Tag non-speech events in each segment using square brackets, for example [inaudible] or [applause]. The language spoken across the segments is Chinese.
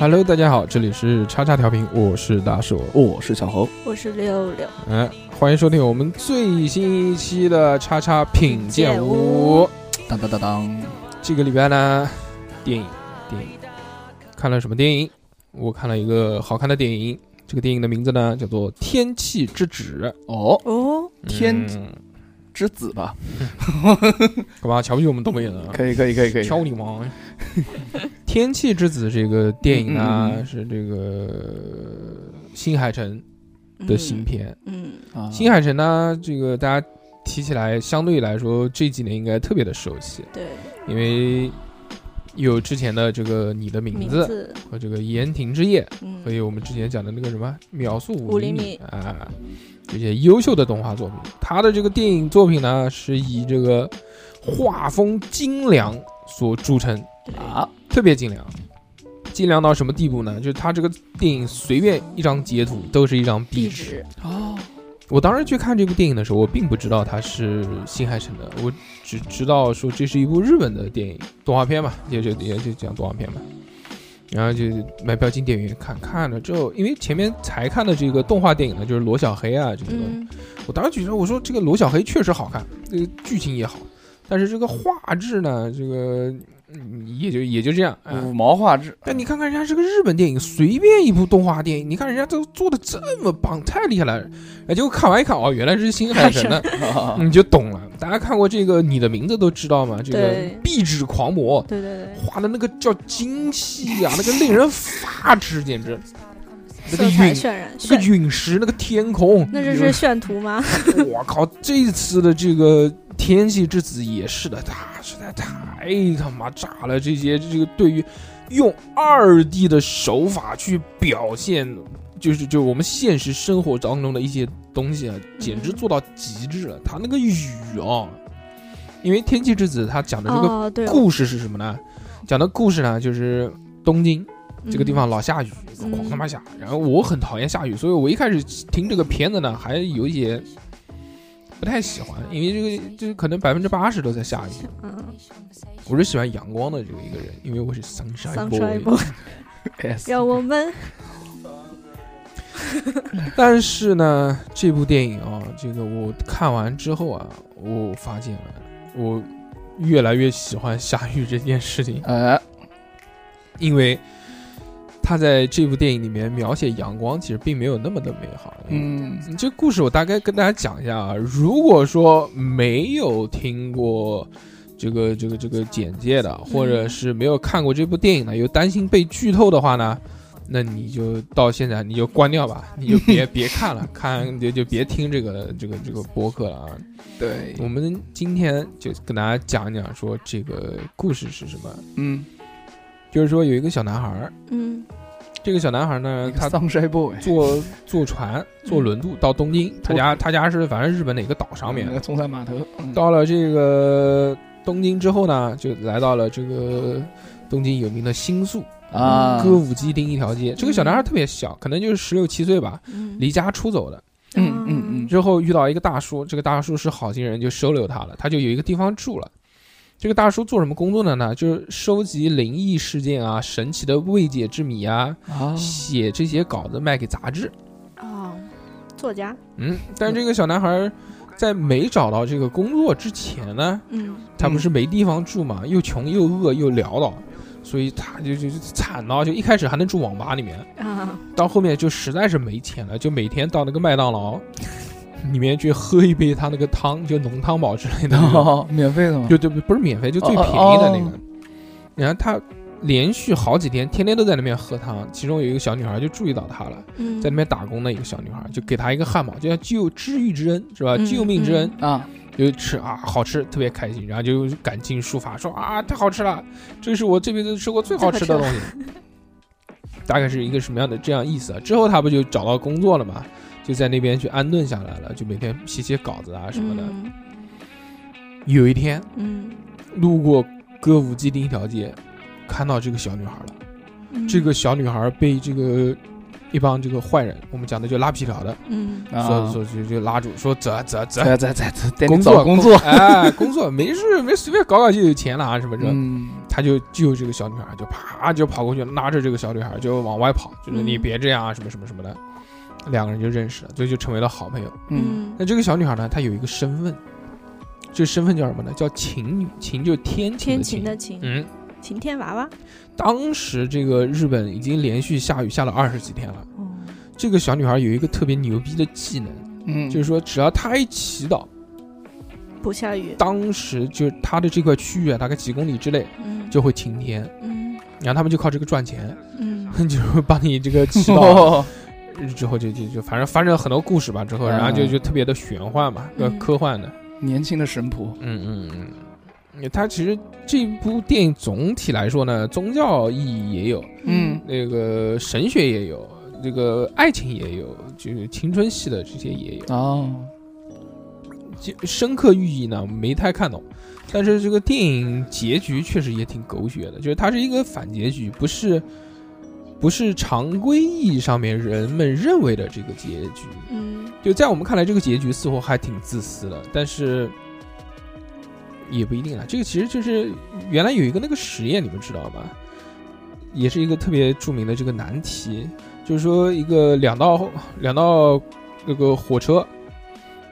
Hello，大家好，这里是叉叉调频，我是大硕，我是小侯，我是六六，嗯、欢迎收听我们最新一期的叉叉品鉴屋。当当当当，这个礼拜呢，电影，电影，看了什么电影？我看了一个好看的电影，这个电影的名字呢叫做《天气之子哦，哦，》。天嗯之子吧，干嘛瞧不起我们东北人啊？可以可以可以 [laughs] 可以，挑你毛！《天气之子》这个电影呢嗯嗯嗯是这个新海诚的新片，嗯，啊新海诚呢，这个大家提起来，相对来说这几年应该特别的熟悉，嗯，对，因为有之前的这个《你的名名字》字，和这个《盐亭之夜》，嗯还，有我们之前讲的那个什么《秒速五厘厘米》啊，这些优秀的动画作品。他的这个电影作品呢，是以这个画风精良所著称，对，啊，特别精良。精良到什么地步呢？就是他这个电影随便一张截图都是一张壁壁纸，纸，哦，我当时去看这部电影的时候，我并不知道它是新海诚的，我只知道说这是一部日本的电影动画片嘛，也就也就讲动画片嘛。然后就买票进电影院看，看了之后，因为前面才看的这个动画电影呢，就是罗小黑啊这个东西，嗯，我当时觉得我说这个罗小黑确实好看，这个剧情也好，但是这个画质呢，这个嗯也就也就这样。啊。五毛画质，但你看看人家这个日本电影，随便一部动画电影，你看人家都做的这么棒，太厉害了。哎，结果看完一看，哦，原来是新 [laughs] 海诚的，啊你就懂了。大家看过这个《你的名字》都知道吗？这个对壁纸狂魔对对对，画的那个叫精细啊，那个令人发指，简直。那个色彩陨，渲染，那个炫，陨石，那个天空，那这是炫图吗？我靠！这次的这个《天气之子》也是的，他实在太他妈炸了！这些这个对于用二 D 的手法去表现，就是就我们现实生活当中的一些东西啊，嗯简直做到极致了。他那个雨啊，因为《天气之子》他讲的这个哦，对，故事是什么呢？讲的故事呢，就是东京。这个地方老下雨，嗯狂他妈下。然后我很讨厌下雨，所以我一开始听这个片子呢，还有一些不太喜欢，因为这个就是可能百分之八十都在下雨。嗯，我是喜欢阳光的这个一个人，因为我是 sunshine 桑帅 boy。波， ，S 让我 [laughs] 们但是呢，这部电影啊，这个我看完之后啊，我发现了我越来越喜欢下雨这件事情，哎，因为。他在这部电影里面描写阳光，其实并没有那么的美好。，嗯，嗯这故事我大概跟大家讲一下啊。如果说没有听过这个这个这个简介的，或者是没有看过这部电影的，又担心被剧透的话呢，那你就到现在你就关掉吧，你就别别看了，看就就别听这个这个这个播客了啊。对，我们今天就跟大家讲一讲说这个故事是什么，嗯，就是说有一个小男孩儿，嗯这个小男孩儿呢，他丧衰 boy 坐坐船坐轮渡到东京，他家他家是反正日本哪个岛上那个面。中山码头，嗯到了这个东京之后呢，就来到了这个东京有名的新宿啊，歌舞伎町一条街。这个小男孩特别小，可能就是十六七岁吧，嗯，离家出走的。嗯嗯嗯，之后遇到一个大叔，这个大叔是好心人，就收留他了，他就有一个地方住了。这个大叔做什么工作的呢？就是收集灵异事件啊、神奇的未解之谜啊，啊，写这些稿子卖给杂志。哦，作家，嗯，但这个小男孩儿在没找到这个工作之前呢，嗯，他不是没地方住嘛，又穷又饿又潦倒，所以他就就就惨到就一开始还能住网吧里面，啊，到后面就实在是没钱了，就每天到那个麦当 [laughs] 劳里面去喝一杯他那个汤，就浓汤宝之类的那种，哦，免费的吗？就就不是免费，就最哦便宜的那个。然后他连续好几天，天天都在那边喝汤，其中有一个小女孩就注意到他了。嗯，在那边打工的一个小女孩，就给她一个汉堡，就叫救知遇之恩是吧？嗯救命之恩，啊，就吃啊，好吃，特别开心，然后就感情抒发，说啊，太好吃了，这是我这辈子吃过最好吃的东西。 [laughs] 大概是一个什么样的这样意思啊？之后他不就找到工作了嘛，就在那边去安顿下来了，就每天写写稿子啊什么的。嗯有一天嗯，路过歌舞伎町一条街，看到这个小女孩了。嗯这个，小女孩被这个一帮这个坏人，我们讲的就拉皮条的，嗯所啊以，说就就拉住说走啊走啊 [laughs] 走啊，在在在在，带你工找作工作，哎，工作没事没随便搞搞就有钱了啊什么这。嗯，他就就这个小女孩就啪就跑过去，拉着这个小女孩就往外跑，就是你嗯别这样啊，什么什么什么的。两个人就认识了，所以就成为了好朋友。嗯那这个小女孩呢，她有一个身份，这身份叫什么呢？叫晴女，晴就是天晴天的晴。晴的晴，嗯，晴天娃娃。当时这个日本已经连续下雨下了二十几天了。哦，这个小女孩有一个特别牛逼的技能，嗯，就是说只要她一祈祷，不下雨。当时就她的这块区域啊，大概几公里之内嗯，就会晴天，嗯然后他们就靠这个赚钱， [laughs] 嗯，就会帮你这个祈 [laughs] 祷。哦，之后就就就反正发生了很多故事吧，之后然后就嗯就特别的玄幻嘛，呃，嗯科幻的。年轻的神婆，嗯嗯嗯，它其实这部电影总体来说呢，宗教意义也有，嗯那个神学也有，这个爱情也有，就是青春系的这些也有。哦，其深刻寓意呢没太看懂，但是这个电影结局确实也挺狗血的，就是它是一个反结局，不是不是常规意义上面人们认为的这个结局。嗯就在我们看来，这个结局似乎还挺自私的，但是也不一定啊。这个其实就是原来有一个那个实验，你们知道吗？也是一个特别著名的这个难题，就是说一个两道两道那个火车，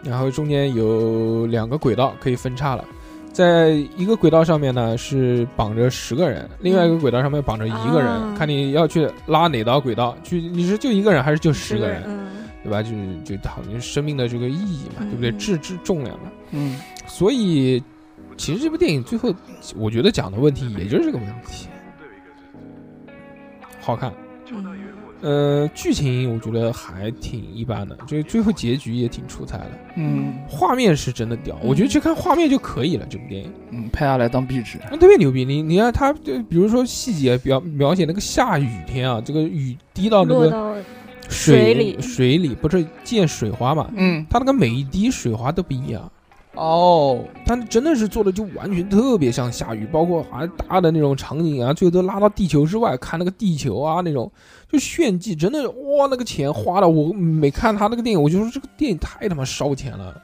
然后中间有两个轨道可以分叉了。在一个轨道上面呢是绑着十个人，另外一个轨道上面绑着一个人，啊看你要去拉哪道轨道去，你是就一个人还是就十十个个人？嗯对吧？就是就讨论生命的这个意义嘛，嗯对不对？质质重量嘛。嗯所以，其实这部电影最后，我觉得讲的问题也就是这个问题。好看，嗯呃，剧情我觉得还挺一般的，就是最后结局也挺出彩的，嗯画面是真的屌，嗯我觉得去看画面就可以了。这部电影嗯，拍下来当壁纸，那特别牛逼，你你看它，就比如说细节描描写那个下雨天啊，这个雨滴到那落个到水水里水里不是溅水花嘛？嗯，它那个每一滴水花都不一样。哦，他真的是做的就完全特别像下雨，包括好像大的那种场景啊，最后都拉到地球之外，看那个地球啊那种，就炫技，真的哇，那个钱花的，我每看他那个电影，我就说这个电影太他妈烧钱了，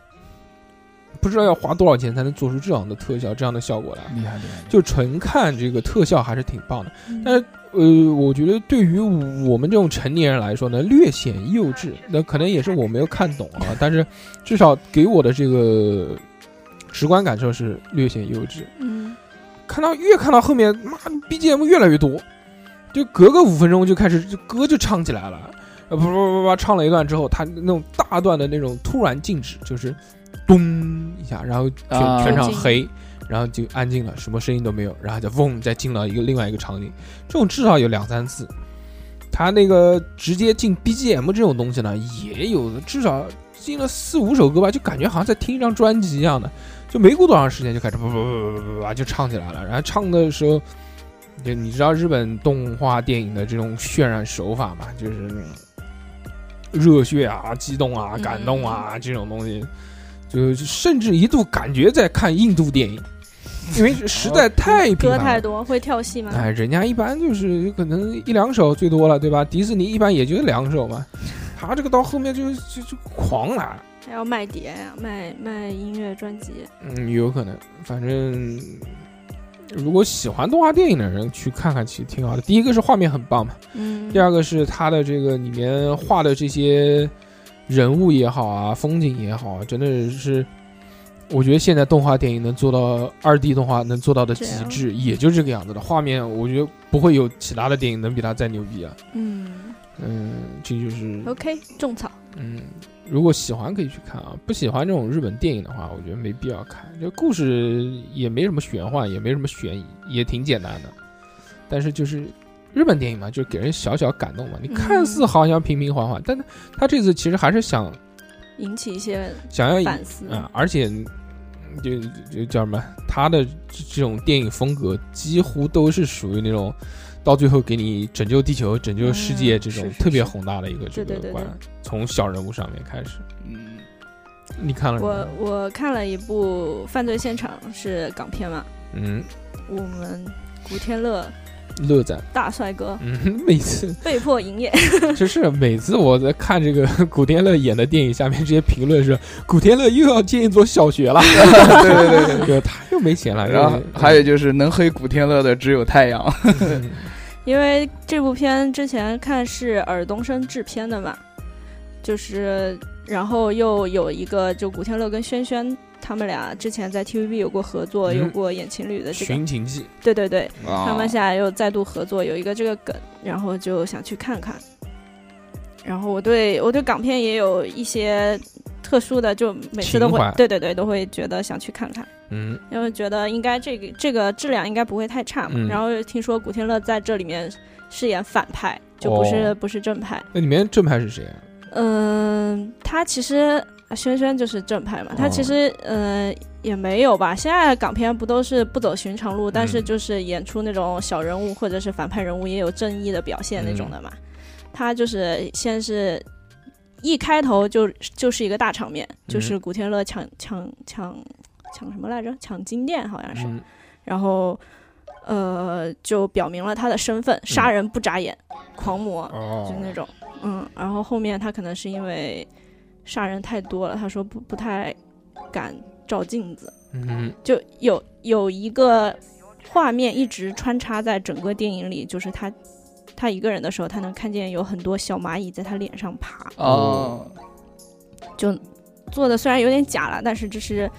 不知道要花多少钱才能做出这样的特效、这样的效果来。厉害厉害，就纯看这个特效还是挺棒的，嗯但是呃，我觉得对于我们这种成年人来说呢，略显幼稚。那可能也是我没有看懂啊，但是至少给我的这个直观感受是略显幼稚。嗯看到越看到后面，妈，BGM 越来越多，就隔个五分钟就开始这歌就唱起来了，呃，不不不不，唱了一段之后，它那种大段的那种突然静止，就是咚一下，然后全、啊全场就静黑，然后就安静了，什么声音都没有，然后再嗡再进到一个另外一个场景，这种至少有两三次。它那个直接进 BGM 这种东西呢，也有的至少进了四五首歌吧，就感觉好像在听一张专辑一样的。就没过多长时间就开始叭叭叭叭叭叭就唱起来了。然后唱的时候，就你知道日本动画电影的这种渲染手法嘛，就是那种热血啊、激动啊、嗯感动啊、这种东西，就甚至一度感觉在看印度电影，因为实在太频歌繁了太多，会跳戏吗？哎，人家一般就是可能一两首最多了，对吧？迪士尼一般也就两首嘛，他这个到后面就就就狂来，还要卖碟呀，卖卖音乐专辑。嗯，有可能。反正如果喜欢动画电影的人去看看，其实挺好的。第一个是画面很棒嘛，嗯，第二个是它的这个里面画的这些人物也好啊，风景也好啊，真的是。我觉得现在动画电影能做到二 D 动画能做到的极这样致，也就这个样子的画面，我觉得不会有其他的电影能比它再牛逼啊。嗯嗯，这就是，OK，种草。嗯，如果喜欢可以去看啊，不喜欢这种日本电影的话，我觉得没必要看。这故事也没什么玄幻，也没什么悬疑，也挺简单的。但是就是日本电影嘛，就给人小小感动嘛。你看似好像平平缓缓，但他这次其实还是想引起一些想要反思。啊，而且就就叫什么，他的这这种电影风格几乎都是属于那种到最后给你拯救地球、拯救世界嗯这种是是特别是宏大的一个这对个对对观对，从小人物上面开始。嗯，你看了什我么？我看了一部《犯罪现场》，是港片嘛，嗯，我们古天乐乐仔，大帅哥嗯，每次被迫营业，就是每次我在看这个 [laughs] 古天乐演的电影，下面这些评论是古天乐又要建一座小学了， [laughs] 对对对对。对，他又没钱了。然后就是还有就是能黑古天乐的只有太阳，嗯因为这部片之前看是尔冬升制片的嘛，就是然后又有一个就古天乐跟轩轩他们俩之前在 TVB 有过合作，嗯哦有过演情侣的这个，寻秦记对对对，他他们现在又再度合作，有一个这个梗，然后就想去看看。然后我对我对港片也有一些特殊的，就每次都情会怀，对对对，都会觉得想去看看，》，嗯，因为觉得应该这个这个质量应该不会太差嘛。嗯然后又听说古天乐在这里面饰演反派，就不是、哦不是正派。那里面正派是谁啊？嗯，他其实啊轩轩就是正派嘛，他其哦实嗯也没有吧。现在港片不都是不走寻常路，但是嗯就是演出那种小人物或者是反派人物也有正义的表现那种嗯的嘛。他就是先是一开头就就是一个大场面，嗯就是古天乐抢抢抢抢什么来着？抢金店好像是，嗯然后。呃，就表明了他的身份，杀人不眨眼，狂魔，就那哦，种，嗯，然后后面他可能是因为杀人太多了，他说不不太敢照镜子，嗯，就有有一个画面一直穿插在整个电影里，就是他他一个人的时候，他能看见有很多小蚂蚁在他脸上爬，哦，就做的虽然有点假了，但是这是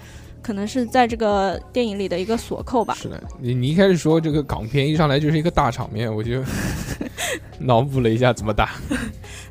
可能是在这个电影里的一个锁扣吧，是的，你你一开始说这个港片一上来就是一个大场面，我 [laughs] 就脑补了一下怎么打。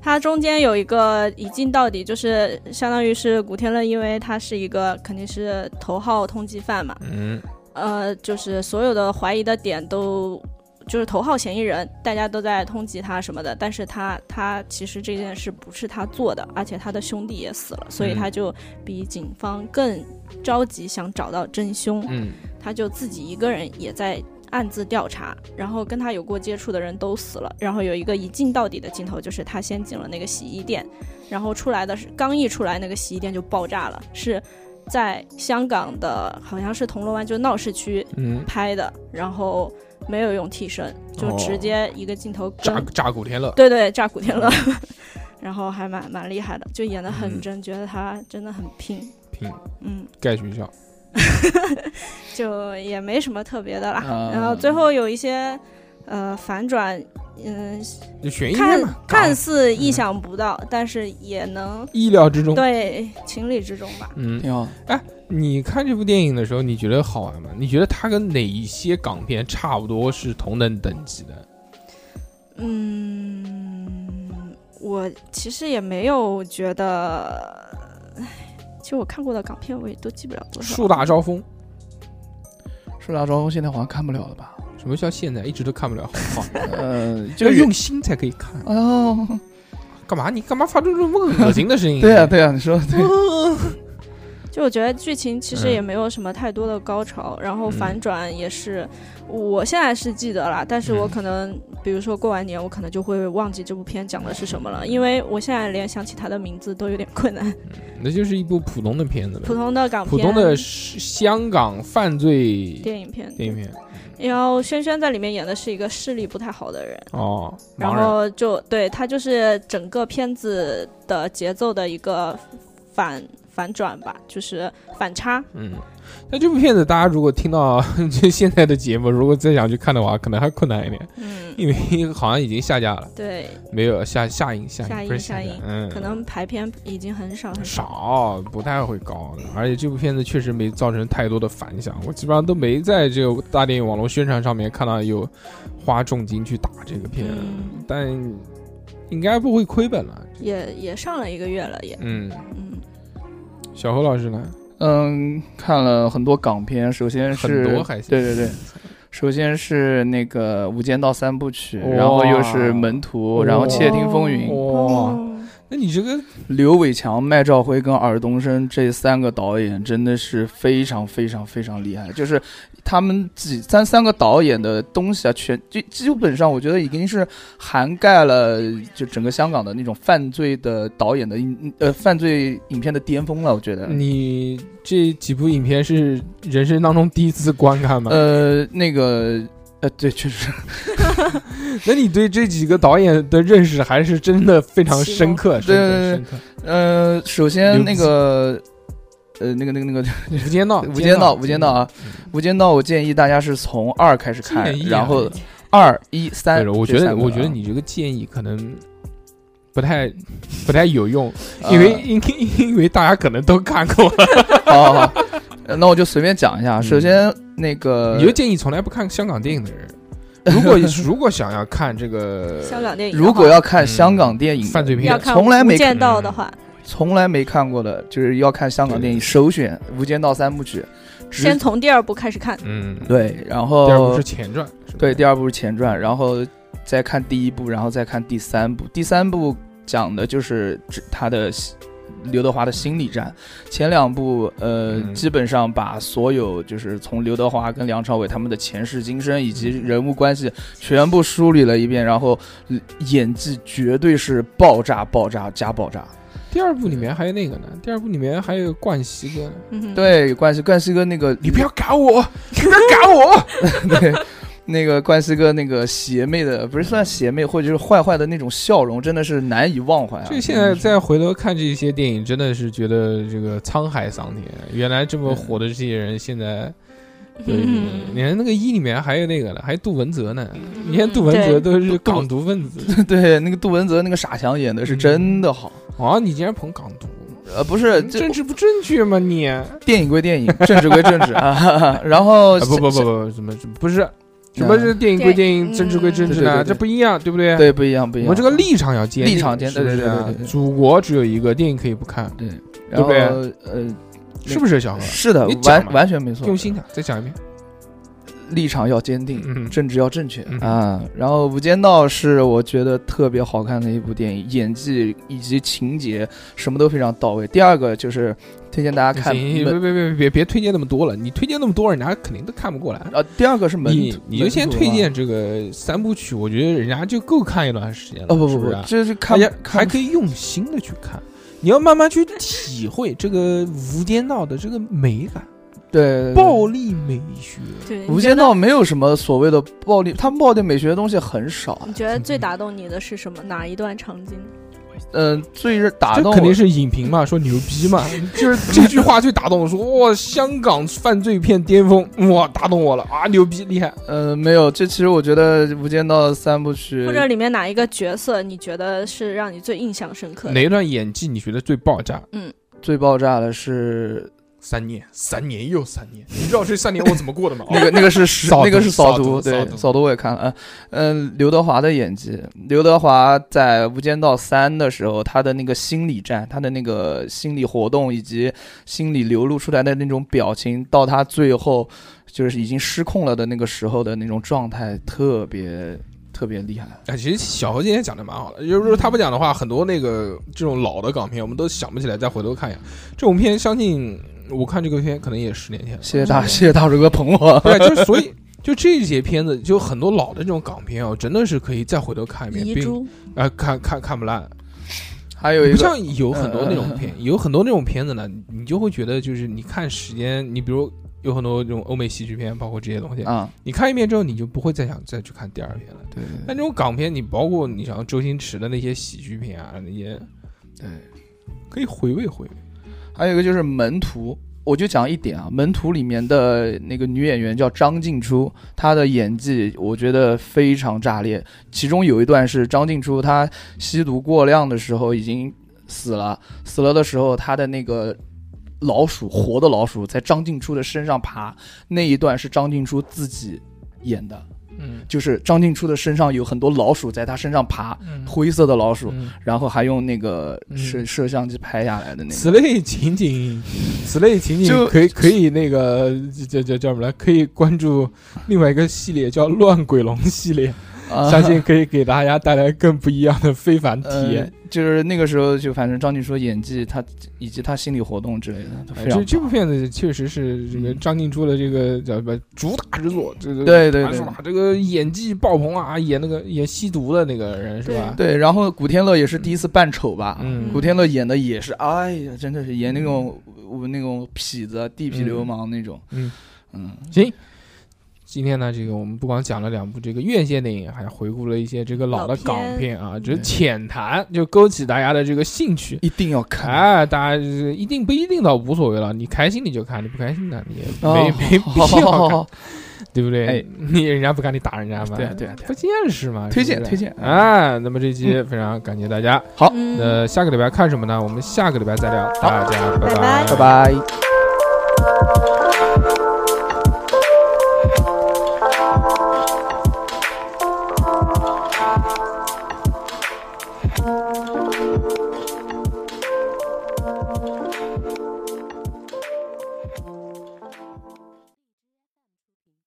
它中间有一个一镜到底，就是相当于是古天乐，因为他是一个肯定是头号通缉犯嘛，嗯，呃，就是所有的怀疑的点都就是头号嫌疑人，大家都在通缉他什么的，但是他他其实这件事不是他做的，而且他的兄弟也死了，所以嗯他就比警方更着急想找到真凶，嗯，他就自己一个人也在。暗自调查，然后跟他有过接触的人都死了，然后有一个一镜到底的镜头，就是他先进了那个洗衣店，然后出来的是刚一出来，那个洗衣店就爆炸了，是在香港的，好像是铜锣湾，就闹市区 [laughs] 嗯，拍的，然后没有用替身，就哦直接一个镜头跟、炸 [laughs] 炸古天乐，对对，炸古天乐， [laughs] 然后还蛮蛮厉害的，就演的很嗯真，觉得他真的很拼，拼嗯，盖学校，就也没什么特别的啦。啊然后最后有一些呃反转，嗯、就悬疑片看嘛，看港似嗯意想不到，但是也能意料之中。对情理之中吧。嗯，挺好。你看这部电影的时候，你觉得好玩吗？你觉得它跟哪一些港片差不多是同等等级的？嗯，我其实也没有觉得，唉其实我看过的港片我也都记不了多少。树大招风，树大招风现在好像看不了了吧？什么叫现在一直都看不 [laughs] 了？好好，呃，就要是用心才可以看。哦，干嘛？你干嘛发出这么恶心的声 [laughs] 音？对呀、啊对呀、你说的对，就我觉得剧情其实嗯也没有什么太多的高潮，然后嗯反转也是，我现在是记得了，但是我嗯可能比如说过完年，我可能就会忘记这部片讲的是什么了，因为我现在连想起它的名字都有点困难。那就是一部普通的片子普了，通的港片，普通的是香港犯罪电影片，电影片。然后轩轩在里面演的是一个视力不太好的人。哦，然盲人。后就对他就是整个片子的节奏的一个反反转吧，就是反差。嗯，那这部片子大家如果听到 [laughs] 就现在的节目，如果再想去看的话，可能还困难一点，嗯，因为好像已经下架了，对，没有下下映下映下映不是下下映嗯，可能排片已经很少很少。少，不太会高的。而且这部片子确实没造成太多的反响，我基本上都没在这个大电影网络宣传上面看到有花重金去打这个片，嗯但应该不会亏本了。也也上了一个月了，也嗯，嗯，小侯老师呢？嗯，看了很多港片，首先是很多还行对对对，首先是那个《无间道》三部曲，哇然后又是《门徒》，然后《窃听风云》哇，哦，那你这个刘伟强、麦兆辉跟尔冬升这三个导演真的是非常非常非常厉害，就是他们自己三三个导演的东西啊，全就基本上我觉得已经是涵盖了就整个香港的那种犯罪的导演的影呃犯罪影片的巅峰了，我觉得。嗯你这几部影片是人生当中第一次观看吗？呃呃，那个呃，对，确实， [laughs] 那你对这几个导演的认识还是真的非常深刻，启蒙深刻对深刻。呃，首先那个，呃，那个那个那个《无间道，嗯无间道》，《无间道》啊，《无间道》，我建议大家是从二开始看，然后二一对三，了，我这觉得，三个我觉得啊你这个建议可能不太不太有用，呃因为因 [laughs] 因为大家可能都看过了。好好好，呃那我就随便讲一下。首嗯先，那个你就建议从来不看香港电影的人，如 [laughs] 果如果想要看这个香港电影的话。呃如果要看嗯香港电影的，犯罪要片，看从来没无间道》嗯的话，从来没看过的，就是要看香港电影，首选《无间道》三部曲，只先从第二部开始看。嗯，对，然第二部后是前传，是吧呃对，第二部是前传，然后再看第一部，然后再看第三部。第三部讲的就是这他的心刘德华的心理战，前两部呃、嗯基本上把所有就是从刘德华跟梁朝伟他们的前世今生以及人物关系全部梳理了一遍，然后呃演技绝对是爆炸爆炸加爆炸。第二部里面还有那个呢，第二部里面还有冠希哥啊呢，嗯哼，对，冠希冠希哥那个你不要搞 [laughs] 我，你不要搞我，对，那个冠希哥那个邪魅的，不是算邪魅，或者就是坏坏的那种笑容，真的是难以忘怀啊！这现在再回头看这些电影，真的是觉得这个沧海桑田。啊原来这么火的这些人，现在对，你嗯看那个一里面还有那个呢，还有杜文泽呢。嗯你看杜文泽对都是港独分 [laughs] 子， [laughs] 对那个杜文泽那个傻强演的是真的好，啊，你竟然捧港独，呃，不是这哦政治不正确吗你？啊，电影归电影， [laughs] 政治归政 [laughs] 治啊。然后不不不不，怎么不是？什么是电影归对电影，嗯政治归政治对嗯对呢？对对这不一样，对不对？，对不一样不一我样，们这个立场要坚定，立场坚是不是啊对对对对对对祖国只有一个，电影可以不看，对，对然不后对呃是不是小何？是的你，讲完嘛完全没错，用心的，再讲一遍。立场要坚定，嗯政治要正确、嗯啊。然后《无间道》是我觉得特别好看的一部电影，演技以及情节什么都非常到位。第二个就是推荐大家看嗯行，门别别别别别推荐那么多了，你推荐那么多，人家肯定都看不过来。啊，第二个是门你徒，你就先门徒推啊荐这个三部曲，我觉得人家就够看一段时间了。哦不是不不不是，啊就是大看家还看可以用心的去看，你要慢慢去体会这个《无间道》的这个美感，对暴力美学。对，无你觉间得道》没有什么所谓的暴力，他们暴力美学的东西很少。你觉得最打动你的是什么？哪一段场景？嗯、最是打这动肯定我是影评嘛，说牛逼 [laughs] 嘛，就是这句话最打动我说，哇，香港犯罪片巅峰，哇，打动我了啊，牛逼厉害。呃没有，这其实我觉得《无间道》三部曲或者里面哪一个角色你觉得是让你最印象深刻的？哪一段演技你觉得最爆炸？最爆炸的是？三年，三年又三年，你知道这三年我怎么过的吗 [laughs] 那个那个是十扫毒那个是扫毒毒，扫对毒扫毒我也看了。嗯嗯，刘德华的演技，刘德华在《无间道三》的时候，他的那个心理战，他的那个心理活动以及心理流露出来的那种表情，到他最后就是已经失控了的那个时候的那种状态，特别特别厉害。哎，其实小何今天讲的蛮好的，就是说他不讲的话，很多那个这种老的港片我们都想不起来，再回头看一下这种片，相信我看这个片可能也十年前了。谢谢大谢谢大叔哥捧我，嗯对，就是所 [laughs] 以就这些片子，就很多老的这种港片哦，真的是可以再回头看一遍，遗并珠，呃看看看不烂。还有一不个嗯像有很多那种片，有很多那种片子呢，你就会觉得就是你看时间，你比如有很多这种欧美喜剧片，包括这些东西，啊，你看一遍之后，你就不会再想再去看第二遍了。对但这种港片，你包括你像周星驰的那些喜剧片啊，那些对。可以回味回味。还有一个就是门徒，我就讲一点啊，门徒里面的那个女演员叫张静初，她的演技我觉得非常炸裂。其中有一段是张静初她吸毒过量的时候已经死了，死了的时候她的那个。老鼠活的老鼠在张静初的身上爬，那一段是张静初自己演的，嗯就是张静初的身上有很多老鼠在她身上爬，嗯灰色的老鼠，嗯然后还用那个嗯摄摄像机拍下来的那个。此类情 [laughs] 景，此类情景就可以可以那个叫叫叫什么来？可以关注另外一个系列叫《乱鬼龙》系列，啊相信可以给大家带来更不一样的非凡体呃验。，就是那个时候，就反正张晋说演技他以及他心理活动之类的，都哎呃非常这棒。这部片子确实是这个嗯张静初的这个叫什么主打之作，这个对对他对说吧，这个演技爆棚啊，演那个演吸毒的那个人是吧？对，然后古天乐也是第一次扮丑吧？嗯古天乐演的也是，哎呀，真的是演那种我那种痞子、地痞流氓那种。嗯嗯，行，今天呢，这个我们不光讲了两部这个院线电影，还回顾了一些这个老的老港片片啊，只是对浅谈，就勾起大家的这个兴趣。一定要看。哎，大家就是一定不一定倒无所谓了，你开心你就看，你不开心呢，你也哦没、 [laughs] 没必好好好好要看，好，对不对？哎你人家不看你打人家嘛，对啊对啊对啊不见识嘛，推荐是不是推荐嗯啊！那么这期非常感谢大家，好嗯那下个礼拜看什么呢？我们下个礼拜再聊，大家拜拜拜拜拜。